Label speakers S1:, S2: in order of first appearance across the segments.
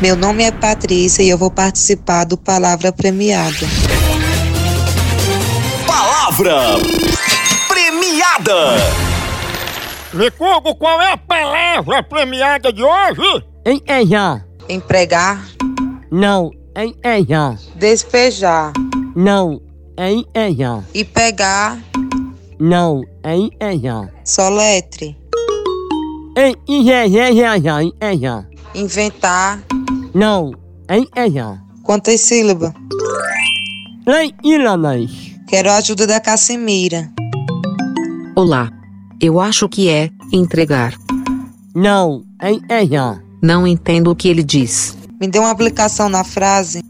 S1: Meu nome é Patrícia e eu vou participar do Palavra Premiada.
S2: Palavra Premiada.
S3: Licurgo, qual é a palavra premiada de hoje?
S4: Entejar.
S1: Empregar,
S4: Não, entejar.
S1: despejar
S4: Não, entejar.
S1: e pegar,
S4: Não, entejar.
S1: soletre,
S4: Entejar, entejar.
S1: inventar,
S4: Não, entejar.
S1: quantas sílabas?
S4: Três sílabas.
S1: Quero a ajuda da Cassimira.
S5: Olá. Eu acho que é entregar.
S4: Não, entejar.
S5: Não entendo o que ele diz.
S1: Me dê uma aplicação na frase.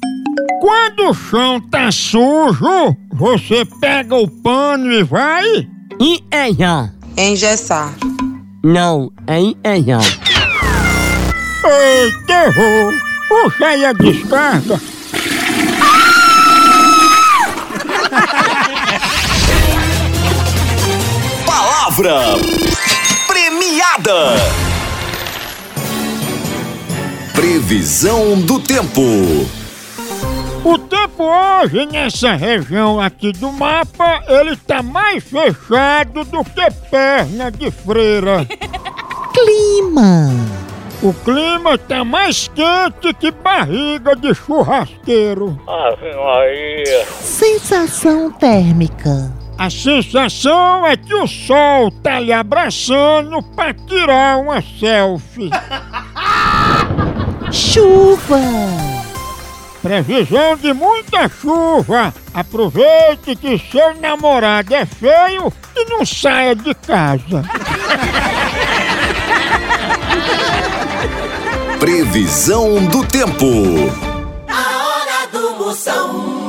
S3: Quando o chão tá sujo, você pega o pano e vai?
S4: Entejar.
S1: Engessar.
S4: Não, entejar.
S3: Ei, terror! Puxa aí a descarga!
S2: Palavra Premiada. Previsão do tempo.
S3: O tempo hoje nessa região aqui do mapa, ele tá mais fechado do que perna de freira.
S4: Clima.
S3: O clima tá mais quente que barriga de churrasqueiro.
S4: Sensação térmica.
S3: A sensação é que o sol tá lhe abraçando pra tirar uma selfie.
S4: Chuva.
S3: Previsão de muita chuva. Aproveite que seu namorado é feio e não saia de casa.
S2: Previsão do tempo.
S6: A hora do Moção.